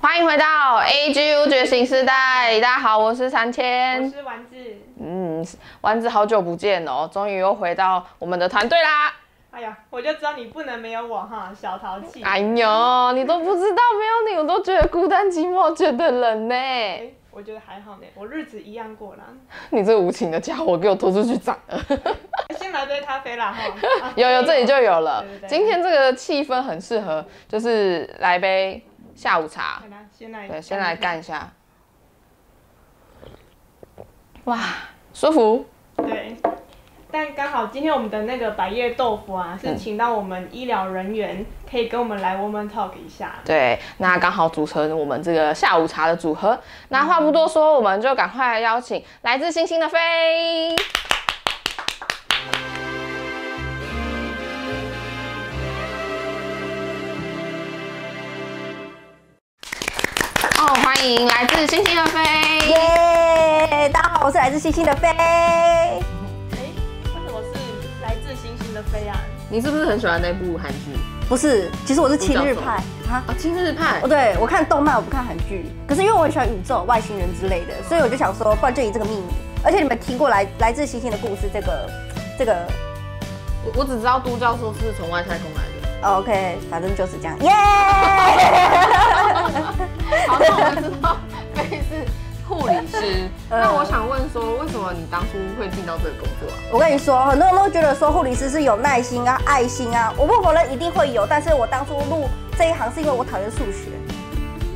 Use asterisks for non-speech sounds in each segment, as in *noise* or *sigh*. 欢迎回到 AGU 觉醒时代，大家好，我是三我千。是丸子。嗯，丸子好久不见哦，终于又回到我们的团队啦。哎呀，我就知道你不能没有我哈，小淘气。哎呦，你都不知道，没有你我都觉得孤单寂寞，觉得冷呢。哎我觉得还好呢，我日子一样过啦。你这无情的家伙，给我拖出去斩了！先来杯咖啡啦哈。啊 *laughs* 有有，这里就有了对对。对今天这个气氛很适合，就是来杯下午茶好。啦先来，对，先来干。一下。哇，舒服。对。但刚好今天我们的那个百叶豆腐啊，嗯是请到我们医疗人员，可以跟我们来 woman talk 一下。对，那刚好组成我们这个下午茶的组合。那话不多说，我们就赶快邀请来自星星的飞。哦，欢迎来自星星的飞。耶！大家好，我是来自星星的飞。哎，为什么是来自星星的飞啊？你是不是很喜欢那部韩剧不是，其实我是亲日派啊。啊《青日派哦，》？对，我看动漫，我不看韩剧。可是因为我很喜欢宇宙、外星人之类的，所以我就想说，不然就以这个命名。而且你们听过来来自星星的故事这个这个我我只知道都教授是从外太空来的。哦，OK，反正就是这样。耶！好，那我们知道飞是护理师。嗯那我想问说，为什么你当初会进到这个工作啊？我跟你说，很多人都觉得说护理师是有耐心啊、爱心啊，我不否认一定会有，但是我当初入这一行是因为我讨厌数学，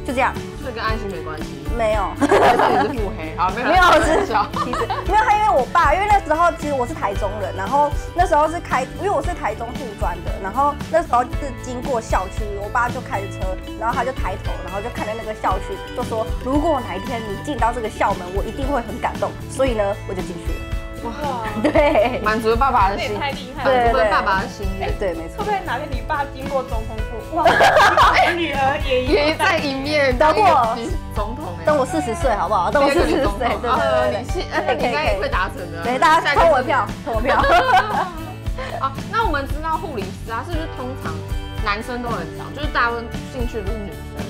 就这样，这跟爱心没 *laughs* 关系，没有。但是你是腹黑，好没有没有开是玩笑。其实没有，他因为我爸，因为那时候其实我是台中人，然后那时候是开，因为我是台中护专的，然后那时候就是经过校区，我爸就开着车，然后他就抬头，然后就看着那个校区，就说如果哪一天你进到这个校门，我一定会很感动，所以呢，我就进去了。哇，对，满足了爸爸的这也心，太厉害满了。足了爸爸的心愿，对，没会错。不会哪天你爸经过总统府，哇，我 *laughs* 女儿也一也样在一面等我当一个总统哎，等我四十岁好不好？等我第四二个十女岁，总对统对对呃对你是，可哎，以你可以应该也可会以达成的。啊对，大家下一个投我票，投我票。啊，那我们知道护理师啊，是不是通常男生都很少，就是大部分进去都是女生？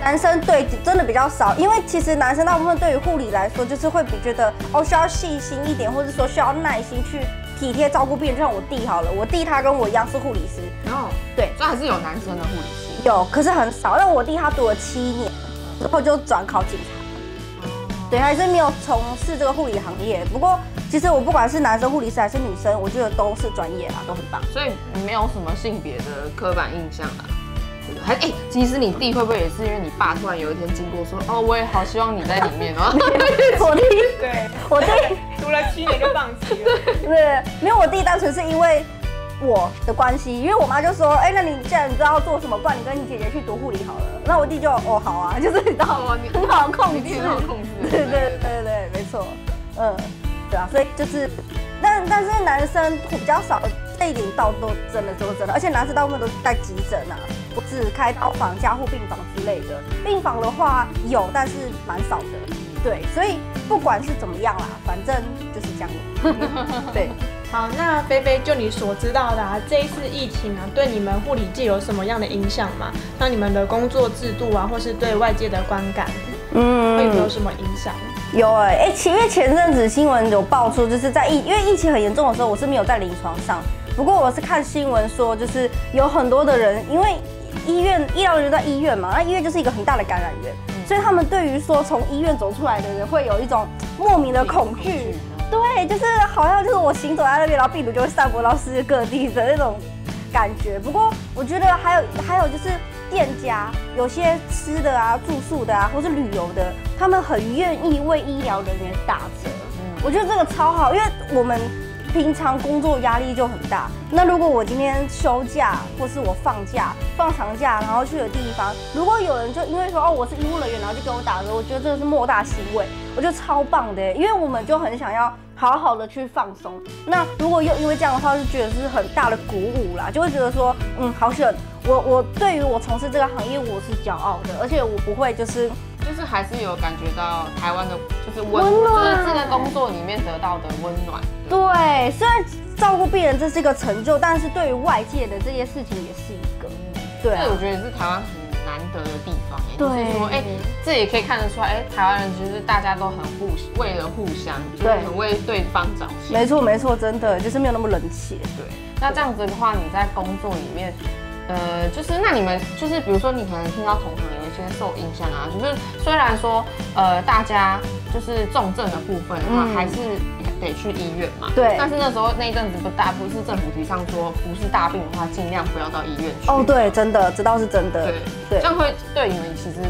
男生对真的比较少，因为其实男生大部分对于护理来说，就是会比觉得哦需要细心一点，或者说需要耐心去体贴照顾病人。就像我弟好了，我弟他跟我一样是护理师，然后对所以还是有男生的护理师。有可是很少。但我弟他读了七年之后就转考警察，对，还是没有从事这个护理行业。不过其实我不管是男生护理师还是女生，我觉得都是专业啦，都很棒。所以没有什么性别的刻板印象啦。对还哎、其实你弟会不会也是因为你爸突然有一天经过说，哦，我也好希望你在里面 *laughs* 哦。我弟，对，我弟。读了七年就放弃 *laughs* 了。 *laughs* 对，没有，我弟单纯是因为我的关系，因为我妈就说，哎、那你既然你知道做什么，不然你跟你姐姐去读护理好了。那我弟就，哦，好啊， *laughs* 就是你知道哦你很好控你弟制，很好控制 *laughs* 对对对对对，没错，嗯，对啊，所以就是，但但是男生会比较少，这一点倒都真的都真的，而且男生大部分都是在急诊啊，或是开刀房、加护病房之类的。病房的话有，但是蛮少的，对，所以不管是怎么样啦，反正就是这样，对。好，那菲菲，就你所知道的、啊，这一次疫情啊，对你们护理界有什么样的影响吗？那你们的工作制度啊，或是对外界的观感，会有嗯，什么影响？有哎、哎、其因为前阵子新闻有爆出，就是在疫，因为疫情很严重的时候，我是没有在临床上，不过我是看新闻说，就是有很多的人，因为医院医疗人员在医院嘛，那医院就是一个很大的感染源，所以他们对于说从医院走出来的人，会有一种莫名的恐惧。嗯对，就是好像就是我行走在那边，然后病毒就会散播到世界各地的那种感觉。不过我觉得还有还有就是店家，有些吃的啊、住宿的啊，或是旅游的，他们很愿意为医疗人员打折。我觉得这个超好，因为我们平常工作压力就很大。那如果我今天休假，或是我放假、放长假，然后去的地方，如果有人就因为说哦我是医务人员，然后就给我打折，我觉得这个是莫大欣慰，我觉得超棒的耶，因为我们就很想要好好的去放松。那如果又因为这样的话，就觉得是很大的鼓舞啦，就会觉得说嗯好险，我我对于我从事这个行业我是骄傲的，而且我不会就是就是还是有感觉到台湾的，就是温，温就是暖啊这个工作里面得到的温暖。对，虽然照顾病人这是一个成就，但是对于外界的这些事情也是一个，对、这啊我，觉得也是台湾很难得的地方哎，对就是说哎、这也可以看得出来，哎、台湾人其实大家都很互为了互相，就是对很为对方着想。没错没错，真的就是没有那么冷血。对，那这样子的话，你在工作里面，呃，就是那你们就是比如说你可能听到同行有一些受影响啊，就是虽然说呃大家就是重症的部分的话，嗯还是得去医院嘛。对但是那时候那一阵子不大不是政府提倡说，不是大病的话，尽量不要到医院去。哦，对，真的，这倒是真的。对对这样会对你们其实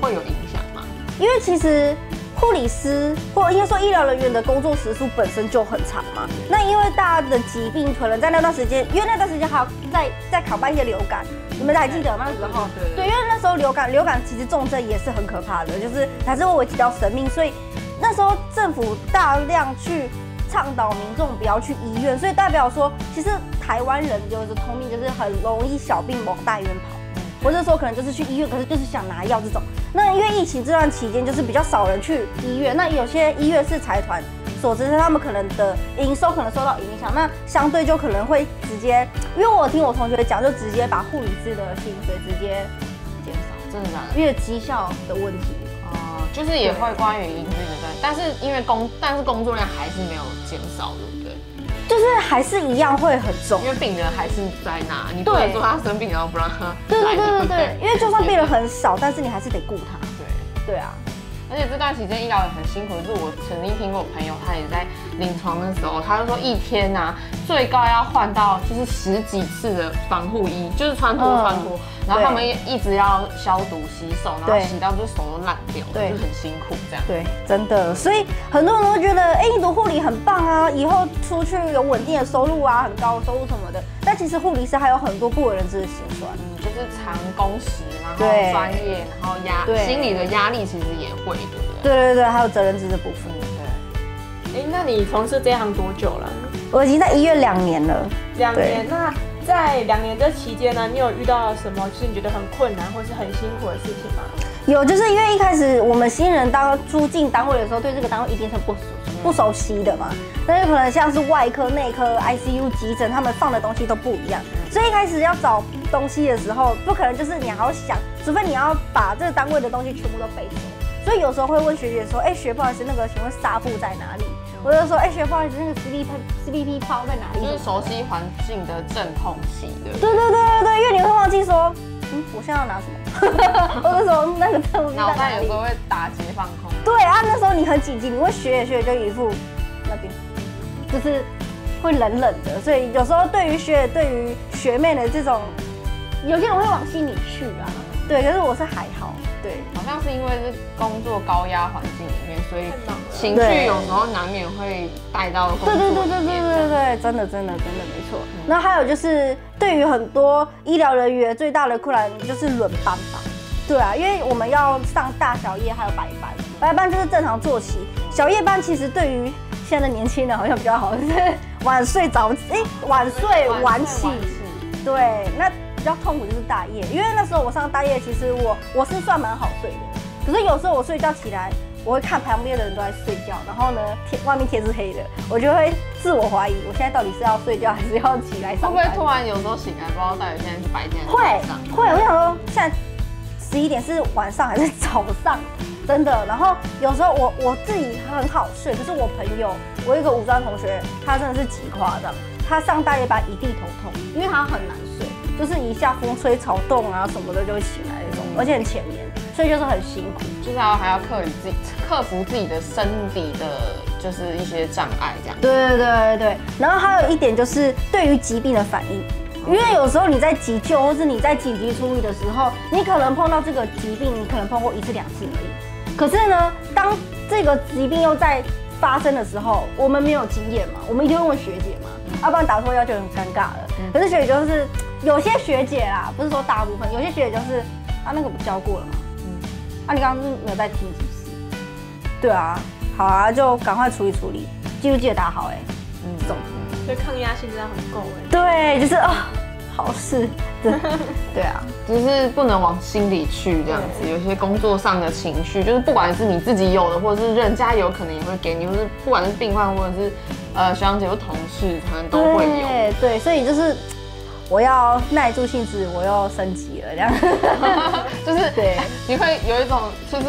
会有影响吗？因为其实护理师或应该说医疗人员的工作时数本身就很长嘛，那因为大家的疾病可能在那段时间，因为那段时间还有在在考办一些流感，你们还哎记得吗？那时候对对对对，因为那时候流感流感其实重症也是很可怕的，就是还是会危及到生命，所以那时候政府大量去。倡导民众不要去医院，所以代表说，其实台湾人就是通病，就是很容易小病往大医院跑。或者说可能就是去医院，可是就是想拿药这种。那因为疫情这段期间，就是比较少人去医院，那有些医院是财团所支撑，他们可能的营收可能受到影响，那相对就可能会直接，因为我听我同学讲，就直接把护理师的薪水直接减少，真的假的？因为绩效的问题。哦，就是也会关于营运的对，但是因为工，但是工作量还是没有减少，对不对？就是还是一样会很重因，为病人还是在那，你不能对说他生病然后不让他对来对对不对对，因为就算病人很少，但是你还是得顾他，对。对啊，而且这段时间医疗也很辛苦，就是我曾经听过我朋友，他也在临床的时候，他就说一天啊，最高要换到就是十几次的防护衣，就是穿脱嗯穿脱，然后他们也一直要消毒洗手，然后对洗到就是手都烂掉了，对就很辛苦这样。对，真的，所以很多人都觉得，哎、你读护理很棒啊，以后出去有稳定的收入啊，很高的收入什么的。但其实护理师还有很多不为人知的辛酸。嗯，就是长工时，然后对专业，然后压对心理的压力其实也会，对不对？对对对，还有责任制的部分。对，哎，那你从事这行多久了？我已经在医院两年了。两对年。那在两年这期间呢，你有遇到什么就是你觉得很困难或是很辛苦的事情吗？有，就是因为一开始我们新人当初进单位的时候，对这个单位一定是不熟不熟悉的嘛，那就可能像是外科、内科、ICU、急诊，他们放的东西都不一样，所以一开始要找东西的时候，不可能就是你还要想，除非你要把这个单位的东西全部都背熟。所以有时候会问学姐说，哎、学不好意思，那个请问纱布在哪里？我就说，哎、学不好意思，那个 CP CPP 包在哪里？就是熟悉环境的阵痛期，对不对？对对对对对，因为你会忘记说，嗯，我现在要拿什么？ *laughs* 我就说嗯那个证物在脑哪袋有里时？候会打结放空。对啊，那时候你很紧急，你会学也学也就一副那边，就是会冷冷的，所以有时候对于学也对于学妹的这种，有些人会往心里去啊。对，可是我是还好，对，好像是因为是工作高压环境里面，所以太忙了情绪对有时候难免会带到工作对里对面。对对对对对，真的真的真的没错。那还有就是，对于很多医疗人员最大的困难就是轮班吧。对啊，因为我们要上大小夜还有白班，白班就是正常作息，小夜班其实对于现在的年轻人好像比较好，就是晚睡早起，哎、晚睡晚起。对，那比较痛苦就是大夜，因为那时候我上大夜，其实我我是算蛮好睡的，可是有时候我睡觉起来，我会看旁边的人都在睡觉，然后呢天外面天是黑的，我就会自我怀疑，我现在到底是要睡觉还是要起来会上不会班？突然有时候醒来不知道到底现在是白天还是会晚上？会，我想说现在十一点是晚上还是早上？真的，然后有时候我我自己很好睡，可是我朋友，我有一个武专同学，他真的是极夸张，他上大夜班一地头痛，因为他很难睡，就是一下风吹草动啊什么的就会醒来那种，而且很浅眠，所以就是很辛苦。就是要还要克服自己克服自己的身体的，就是一些障碍这样。对对对对对。然后还有一点就是对于疾病的反应，因为有时候你在急救或是你在紧急处理的时候，你可能碰到这个疾病，你可能碰过一次两次而已。可是呢，当这个疾病又在发生的时候，我们没有经验嘛，我们一定会问学姐嘛，要不然打错药就很尴尬了。可是学姐就是有些学姐啦，不是说大部分，有些学姐就是啊那个不教过了嘛，啊你刚刚是没有在听是不是？对啊，好啊，就赶快处理处理，记住记得打好哎、嗯，这种所以抗压性真的很够哎。对，就是哦，好 *laughs* 事，对，对啊，就是不能往心里去这样子。有些工作上的情绪，就是不管是你自己有的，或者是人家有可能也会给你，或是不管是病患或者是呃学长姐或同事，可能都会有。对对，所以就是。我要耐住性子，我又升级了这样。 *laughs* 就是对你会有一种就是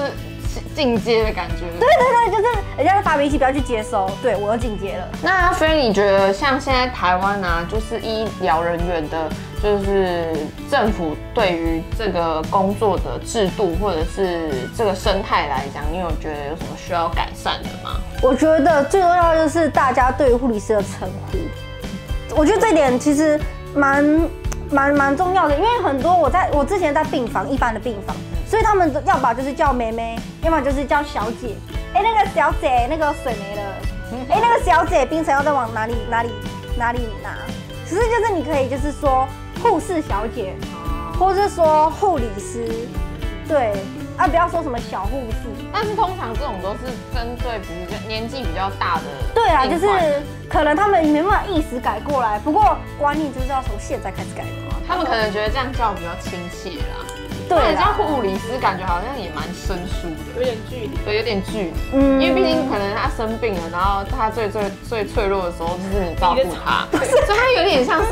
进阶的感觉。对对对对，就是人家在发脾气，不要去接收。对我又进阶了。那飞，你觉得像现在台湾啊，就是医疗人员的，就是政府对于这个工作的制度或者是这个生态来讲，你有觉得有什么需要改善的吗？我觉得最重要的就是大家对护理师的称呼，我觉得这点其实蛮蛮蛮重要的，因为很多我在我之前在病房一般的病房，所以他们要么就是叫妹妹，要么就是叫小姐。哎、那个小姐，那个水没了。哎、那个小姐，冰城要再往哪里哪里哪里拿？其实就是你可以就是说护士小姐，或是说护理师，对啊，不要说什么小护士。但是通常这种都是针对比较年纪比较大的病患，对啊，就是可能他们没办法一时改过来，不过观念就是要从现在开始改嘛。他们可能觉得这样叫比较亲切啦。那对啊你叫啦，护理师，感觉好像也蛮生疏的，有点距离。对，有点距离。*laughs* 嗯因为毕竟可能他生病了，然后他最最最脆弱的时候就是你照顾 *laughs* 他，所以他有点像是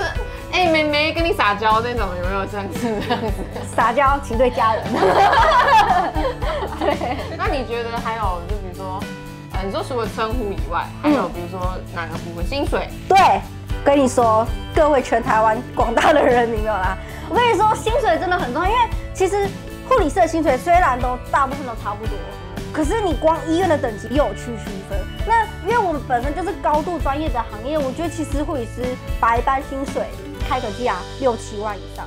哎、妹妹跟你撒娇那种，有没有像是这样子？ *laughs* 嗯撒娇请对家人。对，那你觉得还有就比如说，呃，你说除了称呼以外，还嗯有比如说哪个部分？薪水？对，跟你说，各位全台湾广大的人民有啦，我跟你说，薪水真的很重要，因为其实护理师的薪水虽然都大部分都差不多，可是你光医院的等级又有区区分。那因为我们本身就是高度专业的行业，我觉得其实护理师白班薪水开个价六七万以上。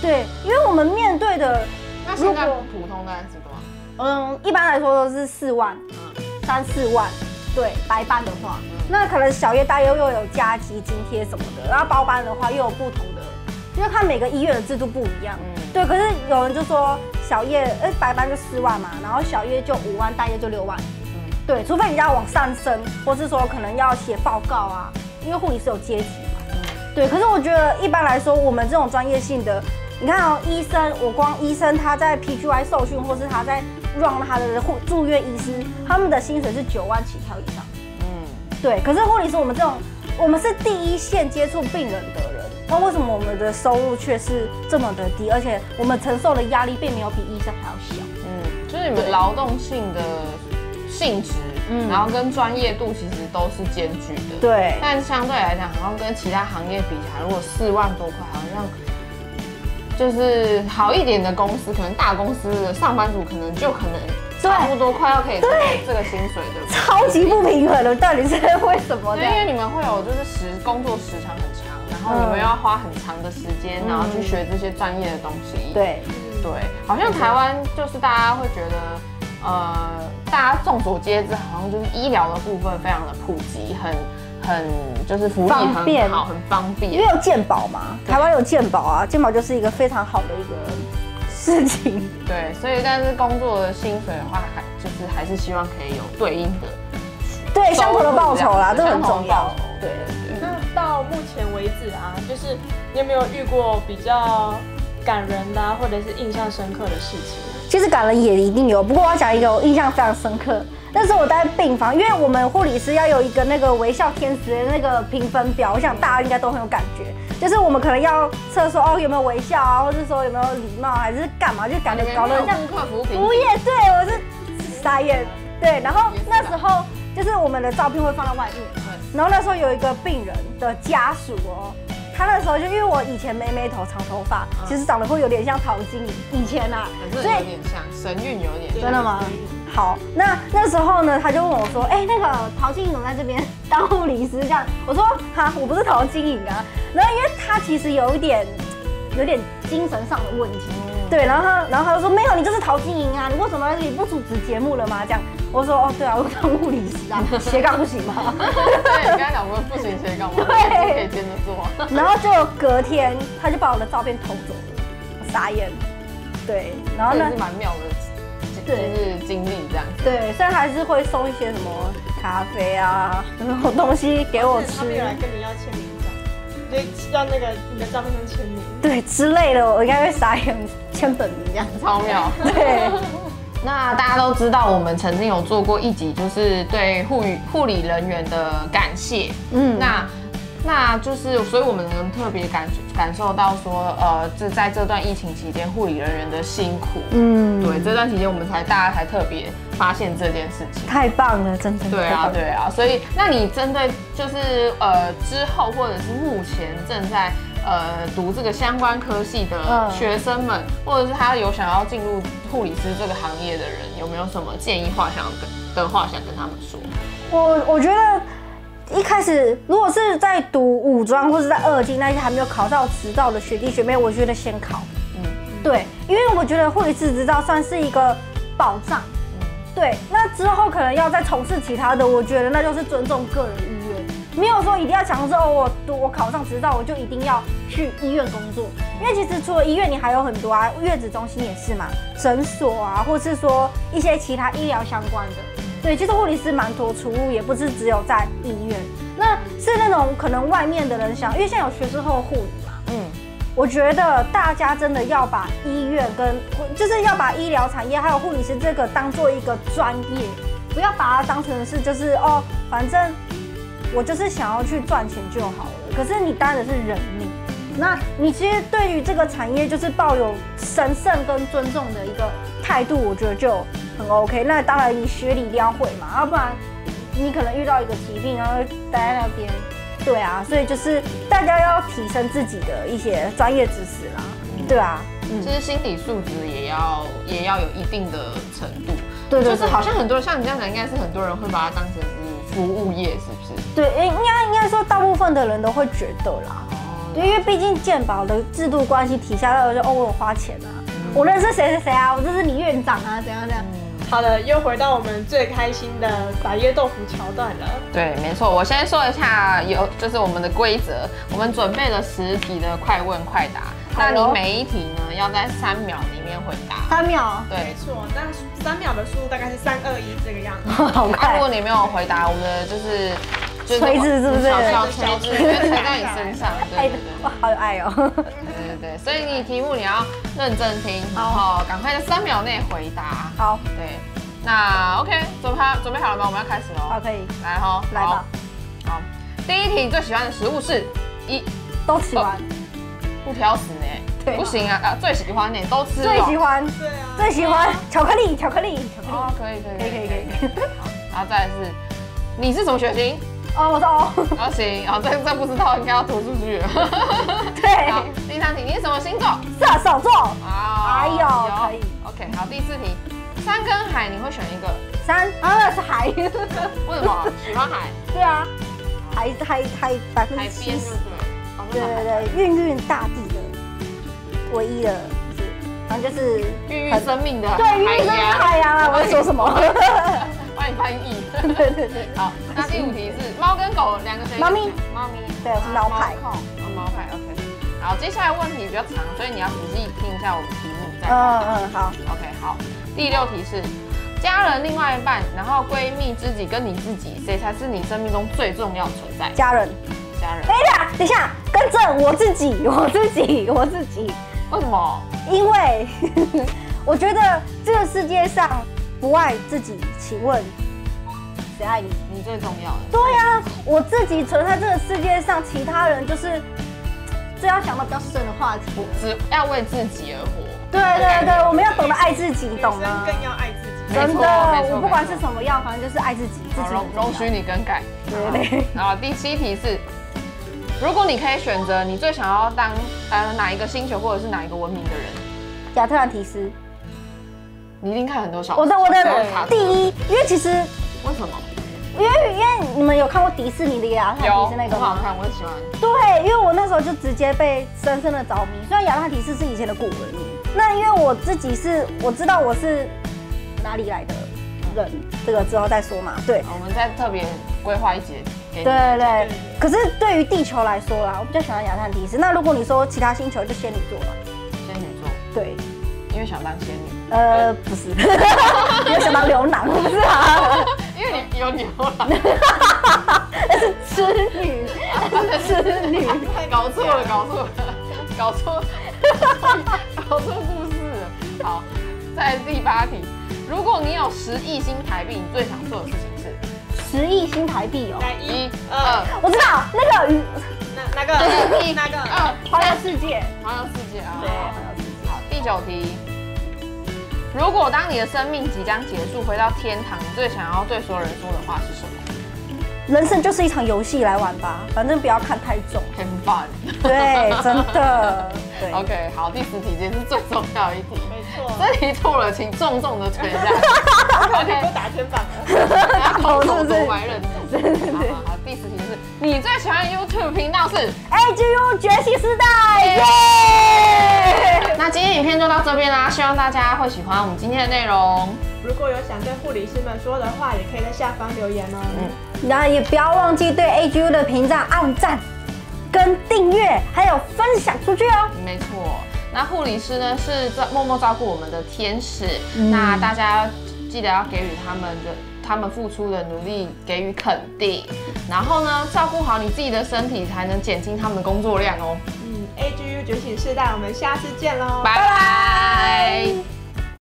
对，因为我们面对的，那现在如果普通大概是多少？嗯，一般来说都是四万、嗯三四万，对，白班的话，那可能小夜大又又有加急津贴什么的，然后包班的话又有不同的，因为看每个医院的制度不一样。嗯对，可是有人就说小夜，呃，白班就四万嘛，然后小夜就五万，大夜就六万。嗯对，除非你要往上升，或是说可能要写报告啊，因为护理是有阶级嘛。对，可是我觉得一般来说，我们这种专业性的，你看哦，医生，我光医生他在 PGY 受训，或是他在 run 他的护住院医师，他们的薪水是九万起跳以上。嗯，对，可是护理师我们这种，我们是第一线接触病人的人，那为什么我们的收入却是这么的低，而且我们承受的压力并没有比医生还要啊小？嗯，就是你们劳动性的性质，嗯然后跟专业度其实都是兼具的。。对但相对来讲，好像跟其他行业比起来，如果四万多块，好像就是好一点的公司，可能大公司的上班族可能就可能差不多快要可以这这个薪水，对不对？ *laughs* 超级不平衡的，到底是为什么对，呢？因为你们会有就是时工作时长很长，然后你们要花很长的时间，然后去学这些专业的东西。嗯对，对，好像台湾就是大家会觉得，呃，大家众所皆知，好像就是医疗的部分非常的普及，很很就是福利方很便好，很方因为便。有健保嘛，台湾有健保啊，健保就是一个非常好的一个事 *laughs* 情。对，所以但是工作的薪水的话，还就是还是希望可以有对应的对，相同的报酬啦，收这入很样重要。对对对。那到目前为止啊，就是你有没有遇过比较感人的、啊，或者是印象深刻的事情啊？其实感人也一定有，不过我要讲一个我印象非常深刻。那时候我在病房，因为我们护理师要有一个那个微笑天使的那个评分表，我想大家应该都很有感觉。就是我们可能要测说哦有没有微笑啊，或者说有没有礼貌，还是干嘛，就感觉搞得很像顾客服务品服务业，对我是傻眼。对，然后那时候就是我们的照片会放在外面，然后那时候有一个病人的家属哦，他那时候就因为我以前妹妹头长头发，其实长得会有点像陶晶莹以前啊，可是有点像神韵，有点像真的吗？好，那那时候呢，他就问我说：“哎、那个陶晶莹怎么在这边当护理师这样？”我说：“哈，我不是陶晶莹啊。”然后因为他其实有一点，有点精神上的问题，对。然后他，然后他就说：“没有，你就是陶晶莹啊，你为什么要这里不主持节目了吗？”这样，我说：“哦，对啊，我当护理师 *laughs* 啊，斜杠不行吗？”对，你刚才讲说不行，谁干嘛？对可以接着做。然后就隔天他就把我的照片偷走了，我傻眼。对，然后这呢也是？蛮妙的，就是经历这样子。对，虽然还是会送一些什么咖啡啊，然后东西给我他们吃有，来跟你要签名照，就让那个你的照片上签名。对之类的，我应该会傻眼， *laughs* 签本名这样。超妙。 *laughs* 对，那大家都知道，我们曾经有做过一集，就是对护理护理人员的感谢。嗯，那那就是，所以我们能特别感感受到说，呃，这在这段疫情期间，护理人员的辛苦。嗯，对，这段期间我们才大家才特别发现这件事情。太棒了，真的。对太棒啊，*laughs* 了对啊，所以那你针对就是呃之后或者是目前正在呃读这个相关科系的嗯学生们，或者是他有想要进入护理师这个行业的人，有没有什么建议话想要跟的话想跟他们说？我我觉得一开始如果是在读武装或是在二技那些还没有考到执照的学弟学妹，我觉得先考。嗯对，因为我觉得护理师执照算是一个保障。对，那之后可能要再从事其他的，我觉得那就是尊重个人意愿，没有说一定要强制哦，我读我考上执照我就一定要去医院工作，因为其实除了医院，你还有很多啊，月子中心也是嘛，诊所啊，或是说一些其他医疗相关的。对，其实护理师蛮多出入，也不是只有在医院，那是那种可能外面的人想，因为现在有学士后护理嘛，嗯我觉得大家真的要把医院跟就是要把医疗产业还有护理师这个当做一个专业，不要把它当成是就是哦，反正我就是想要去赚钱就好了。可是你当的是人命，那你其实对于这个产业就是抱有神圣跟尊重的一个态度，我觉得就很 OK。那当然你学理一定要会嘛，要不然你可能遇到一个疾病，然后待在那边。对啊，所以就是大家要提升自己的一些专业知识啦。对啊，嗯，就是心理素质也要也要有一定的程度。对对对就是好像很多人像你这样讲，应该是很多人会把它当成是服务业，是不是？对，应该应该说大部分的人都会觉得啦。哦对，因为毕竟健保的制度关系体下来，我就哦，我有花钱啊，嗯我认识谁谁谁啊，我这是李院长啊，怎样怎样。好的，又回到我们最开心的百叶豆腐桥段了。对，没错。我先说一下有，就是我们的规则，我们准备了十题的快问快答。那好你哦每一题呢，要在三秒里面回答。*laughs* 三秒，对没，错，但三秒的速度大概是三二一这个样子。好啊，如快果，你没有回答，我们的就是就是锤子是不是小小锤子，就锤在你身上。对哎对对，我好有爱哦。 *laughs* 对对对，所以你题目你要认真听，然后赶快在三秒内回答。好，对，那 OK，准备好准备好了吗？我们要开始喽。好，可以，来吼，来吧，好。好，第一题最喜欢的食物是一都吃哦完，不挑食呢，对不行啊啊，最喜欢呢，都吃哦。最喜 *laughs* 欢，对啊，最喜欢巧克力，巧克力，巧克哦力，，可以可以可以可以可以。 *laughs* 然后再来是，你是什么血型？哦，我说哦， *laughs* 然后行，然后这这不知道，应该要吐出去了。对好，，第三题，你是什么星座？射手座，啊，哎呦可以。 OK，好，第四题，山跟海你会选一个？三啊是海，为什 *laughs* 么？喜欢海，对啊，海海海百分海之边就七十，对了。哦对对，对，孕育大地的唯一的，反正就是那孕育生命的对，孕育海洋 *laughs* 海洋啊，我在说什么？帮你翻译。对对对，好，那第五题是猫跟狗两个谁？猫咪，猫咪，对我是猫派啊猫控，哦猫派，OK。好，接下来问题比较长，所以你要仔细听一下我们题目再。嗯嗯好， OK，好。第六题是家人、另外一半，然后闺蜜、知己跟你自己，谁才是你生命中最重要的存在？家人。家人。哎呀，等一下，跟正我自己，我自己，我自己，为什么？因为我觉得这个世界上不爱自己，请问谁爱你？你最重要的。对呀、我自己存在这个世界上，其他人就是这要想到比较深的话题。只要为自己而活。对对对，我们要懂得爱自己，懂吗？女生更要爱自己。没错真没的，错我不管没错是什么样，反正就是爱自己，自好，己容很重要容许你更改。对 *laughs* 对然后第七题是，如果你可以选择，你最想要当呃哪一个星球或者是哪一个文明的人？亚特兰提斯，你一定看很多小我的我小卡通的第一，因为其实为什么？因为因为你们有看过迪士尼的亚特兰有提斯那个很好吗？看，我很喜欢。对，因为我那时候就直接被深深的着迷。虽然亚特兰提斯是以前的古文明，那因为我自己是我知道我是哪里来的人，这个之后再说嘛。对，我们再特别规划一节给你。对对对对。可是对于地球来说啦，我比较喜欢亚特兰提斯。那如果你说其他星球，就仙女座吧。仙女座，对，因为想当仙女， *laughs* 呃，不是，没有想到牛郎，不是啊，因为你有牛 *laughs* 郎，那是织女，那是织女。 *laughs* 搞错了，搞错了，搞错， *laughs* 搞错故事了。好，在第八题，如果你有十亿新台币，你最想做的事情是？十亿新台币哦，来一一二二， *laughs* 我知道那个那那个一那个二环游世界，环游世界啊！对，环游世界。好，第九题。如果当你的生命即将结束，回到天堂，你最想要对所有人说的话是什么人生就是一场游戏，来玩吧，反正不要看太重。 ？Have fun。对，真的，对。 OK，好，第十题这是最重要的一题。没错，这题错了，请重重的推下去。你 OK，不打肩膀了。然后口是头不是读完认字。好好好，第十题是你最喜欢的 YouTube 频道是？ AGU 觉醒时代，耶！那今天影片就到这边啦，希望大家会喜欢我们今天的内容。如果有想对护理师们说的话，也可以在下方留言哦。然后也不要忘记对 AGU 的频道按赞、跟订阅，还有分享出去哦。没错，那护理师呢是在默默照顾我们的天使，那大家记得要给予他们的他们付出的努力给予肯定，然后呢照顾好你自己的身体，才能减轻他们的工作量哦。嗯，AGU 觉醒世代，我们下次见喽，拜拜